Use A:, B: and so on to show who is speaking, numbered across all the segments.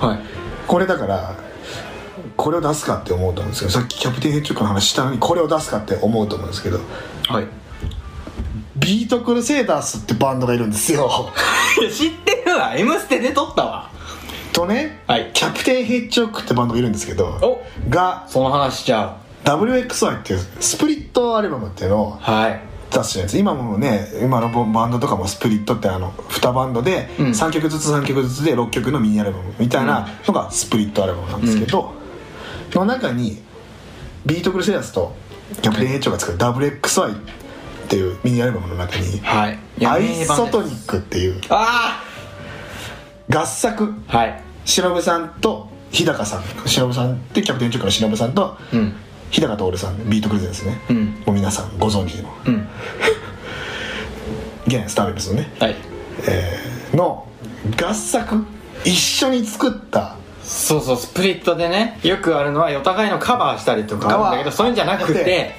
A: はい
B: これだからこれを出すかって思うと思うんですけどさっきキャプテンヘッジホックの話したのにこれを出すかって思うと思うんですけど
A: はい
B: ビートクルセイダースってバンドがいるんですよ
A: いや知ってるわ「M ステ」で撮ったわ
B: とね、
A: はい
B: キャプテンヘッジホックってバンドがいるんですけどが
A: その話しちゃ
B: WXY っていうスプリットアルバムっていうのを
A: うはい
B: 出してるやつ今もね今のバンドとかもスプリットってあの2バンドで
A: うん
B: 3曲ずつ3曲ずつで6曲のミニアルバムみたいなのがスプリットアルバムなんですけど、の中にビートクルセアスとキャプテンヘッジョが作る WXY っていうミニアルバムの中に
A: はいいや
B: ア
A: 名
B: イ
A: 盤
B: ソ
A: です
B: トニックっていう
A: あ
B: 合作
A: あはい
B: 忍さんと日高さん忍さんってキャプテンヘッジョの忍さんと
A: うん
B: 日高徹さんビートクルセアスね、
A: うん
B: もう皆さんご存知の
A: うん
B: 現スターベルスのね
A: はい
B: の合作一緒に作った
A: そうそうスプリットでねよくあるのはお互いのカバーしたりとか
B: カバー
A: あるんだけどそういうんじゃなく
B: だって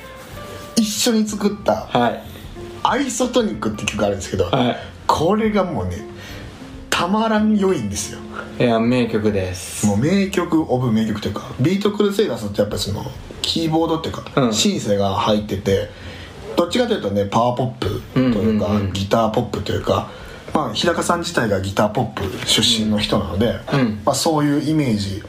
B: 一緒に作った
A: はい
B: 「アイソトニック」って曲があるんですけど、
A: はい
B: これがもうねたまらん良いんですよ
A: いや名曲です
B: もう名曲オブ名曲というかビートクルセイダースってやっぱりそのキーボードっていうか、
A: うん
B: シンセが入っててどっちかというとねパワーポップというか、
A: うんうんうん
B: ギターポップというか、まあ、日高さん自体がギターポップ出身の人なので、
A: うん
B: まあ、そういうイメージ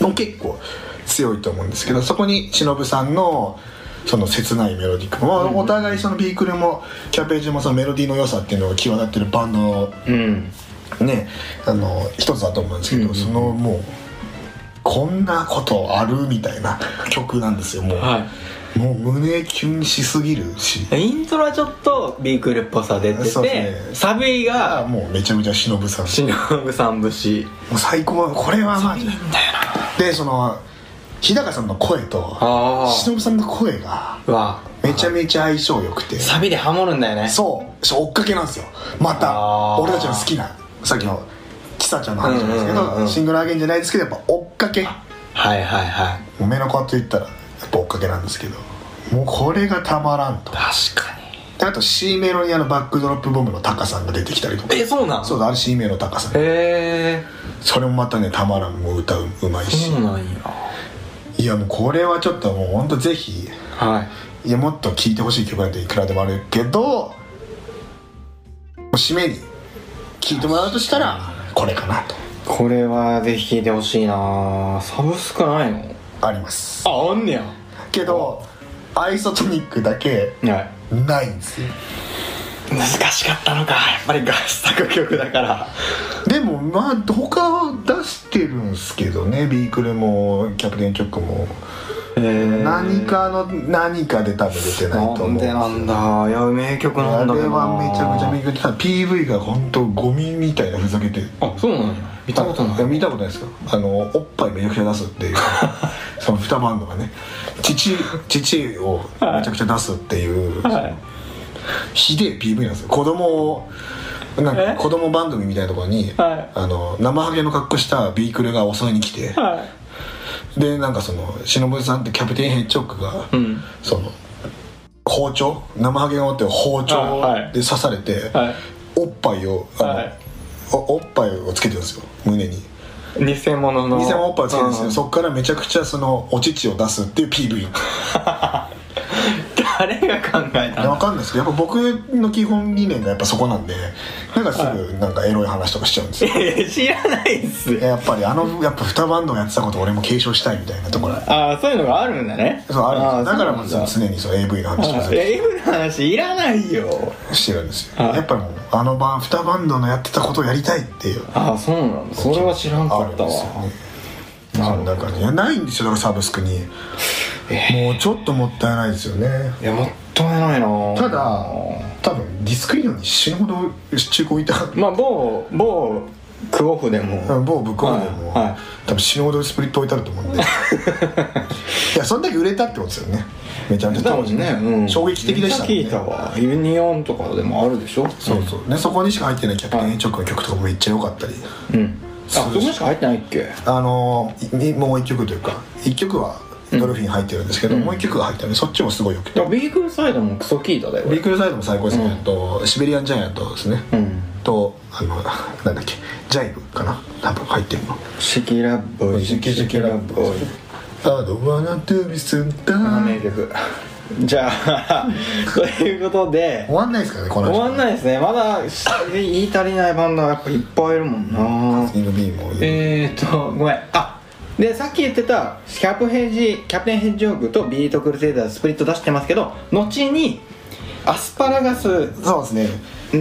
B: も結構強いと思うんですけどそこに忍さんのその切ないメロディックも、お互いそのビークルもキャベージもそのメロディーの良さっていうのが際立ってるバンド
A: うん
B: ねあの一つだと思うんですけど、
A: うんうん
B: そのもうこんなことあるみたいな 曲なんですよもう、
A: は
B: もう胸キュンしすぎるし
A: いイントロはちょっとビークルっぽさ出て
B: そう
A: て、
B: ですね
A: サビ
B: あ
A: が
B: もうめちゃめちゃ忍さんも
A: 忍さん節
B: う最高これはまあでその日高さんの声と
A: あー
B: 忍さんの声が
A: は
B: めちゃめちゃ相性良くて
A: サビでハモるんだよね
B: そうそう追っかけなんですよまた
A: あー
B: 俺たちの好きなさっきのちさちゃんの話なんですけど、
A: うんうんうんうん
B: シングルアゲインじゃないですけどやっぱ追っかけ
A: はいはいはい
B: もう目の皮といったらやっぱ追っかけなんですけどもうこれがたまらんと
A: 確かに
B: であと C メロにあのバックドロップボムのタカさんが出てきたりとか
A: えそうなの
B: そうだあれ C メロタカさ
A: へ
B: ん
A: え
B: それもまたねたまらんもう歌ううまいし、
A: そうなんや
B: いやもうこれはちょっともうほんとぜひ
A: はい
B: いやもっと聴いてほしい曲なんていくらでもあるけどもう締めに聴いてもらうとしたらこれかなと
A: これはぜひ聴いてほしいなサブスクないの
B: あります
A: ああんねや
B: けどアイソトニックだけ
A: はい
B: ないんですよ
A: 難しかったのかやっぱり合作曲だから
B: でもまあ他は出してるんすけどねビークルもキャプテンチョックも
A: えー
B: 何かの何かで多分出てないと
A: な
B: 思うんん
A: でなんだいや名曲な
B: あ
A: んだけ
B: れ
A: どな
B: はめちゃくちゃめくりた PV が本当ゴミみたいなふざけて
A: あそうなんや見たことない
B: や見たことないですかあのおっぱいめちゃくちゃ出 すっていうその2バンドがね父父をめちゃくちゃ出すっていう、
A: はい
B: ひでえ PV なんですよ子供をなんか
A: え
B: 子供番組みたいなところに、
A: はい
B: あの生ハゲの格好したビークルが襲いに来て、
A: は
B: でなんかその忍さんってキャプテンヘッジョックが、
A: いうん
B: その包丁生ハゲが持ってる包丁
A: はいはい
B: で刺されて、
A: はい
B: おっぱいをあの、
A: はい
B: おおっぱいをつけてるんですよ胸に
A: 偽物の
B: 偽物おっぱいをつけてるんですけ
A: う
B: ど
A: ん
B: そっからめちゃくちゃそのお乳を出すっていう PV
A: 誰が考えた
B: わ
A: の
B: かんないですけどやっぱ僕の基本理念がやっぱそこなんでなんかすぐなんかエロい話とかしちゃうんですよ、
A: え知らないっす
B: やっぱりあのやっぱ2バンドがやってたこと俺も継承したいみたいなところ
A: ああそういうのがあるんだね
B: そうあるんですよだからもう
A: そうなんだ
B: 常にその AV の話とかする
A: え F の話いらないよ
B: してるんですよ
A: はい
B: やっぱりもうあのバン2バンドのやってたことをやりたいっていう
A: ああそうなんだそれは知らんか
B: ある
A: っ
B: ん
A: た
B: ですよ
A: わ
B: ねなんだかいやないんですよだからサブスクにもうちょっともったいないですよね
A: いやもったいないな
B: ただ多分ディスクイードに死ぬほど中古いた
A: まあ某某クオフでも
B: 某ブックオフでも、
A: はいはい
B: 多分死ぬほどスプリット置いてあると思 うんでいやそんだけ売れたってことですよねめちゃめちゃ当時ね、
A: うん
B: 衝撃的でしたもんね
A: めっちゃ聞いたわユニオンとかでもあるでしょ
B: そうそうねそこにしか入ってないキャプテンヘッジョックの曲とかもめっちゃ良かったり
A: うんあそこしか入ってないっけ
B: あのいいもう一曲というか一曲はドルフィン入ってるんですけど、もう一曲が入ってるんでそっちもすごいよくて
A: ビークルサイドもクソ聞いただよ
B: ビークルサイドも最高ですけど、えっとシベリアンジャイアントですね
A: うん
B: とあのなんだっけジャイブかな多分入ってるの
A: シキラボイイ
B: I don't wanna do this and
A: あ
B: die
A: 名曲じゃあ ということで
B: 終わんないですからねこの
A: 終わん
B: い
A: ないですねまだし言い足りないバンドはやっぱいっぱいいるもんな
B: 次の B も
A: えーとごめんあでさっき言ってたキャプヘッジキャプテンヘッジホーグとビートクルセイダーズスプリット出してますけど後にアスパラガス
B: そうですね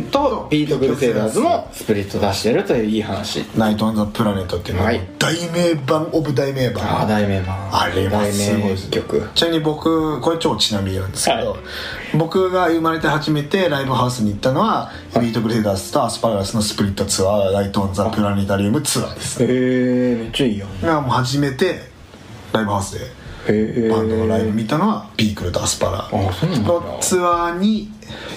A: とビートクルセイダーズもスプリット出してるといういい話
B: 「ナイト・オン・ザ・プラネット」っていうのは
A: はい
B: 大名盤オブ大名盤
A: ああ大名盤
B: あれはすごい
A: 大
B: で
A: 名
B: す
A: 曲
B: ちなみに僕これ超ちなみになんですけど、
A: はい
B: 僕が生まれて初めてライブハウスに行ったのは、ビート・グレーダースとアスパラガスのスプリットツアーライト・オン・ザ・プラネタリウムツアーです
A: へえめっちゃいいよ
B: がもう初めてライブハウス
A: へえ
B: でバンドのライブ見たのはビークルとアスパラ
A: あそうなんだ
B: のツアーに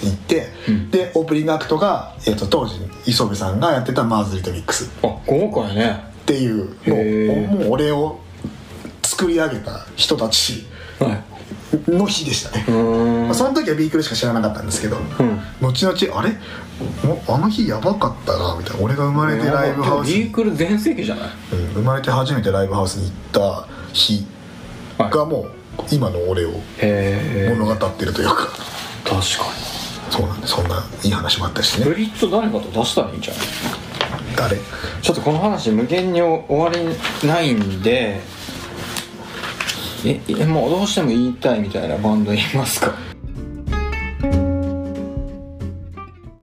B: 行って、でオープニングアクトが、えー、と当時磯部さんがやってたマーズ・リトミックスっ
A: あ豪華やね
B: ていう
A: へー
B: もうもう俺を作り上げた人たち
A: は
B: の日でしたね
A: いうん
B: まあ、その時はビークルしか知らなかったんですけど、
A: ん
B: 後々あれもうあの日やばかったなみたいな俺が生まれてライブハウス、
A: ビークル全盛期じゃない
B: うん生まれて初めてライブハウスに行った日
A: はい
B: がもう今の俺を
A: へえ
B: 物語ってるというか、
A: 確かに
B: そうなんでそんないい話もあったし
A: ブ
B: ね
A: リッツ誰かと出したらいいんじゃん
B: 誰
A: ちょっとこの話無限に終わりないんでええもうどうしても言いたいみたいなバンドいますか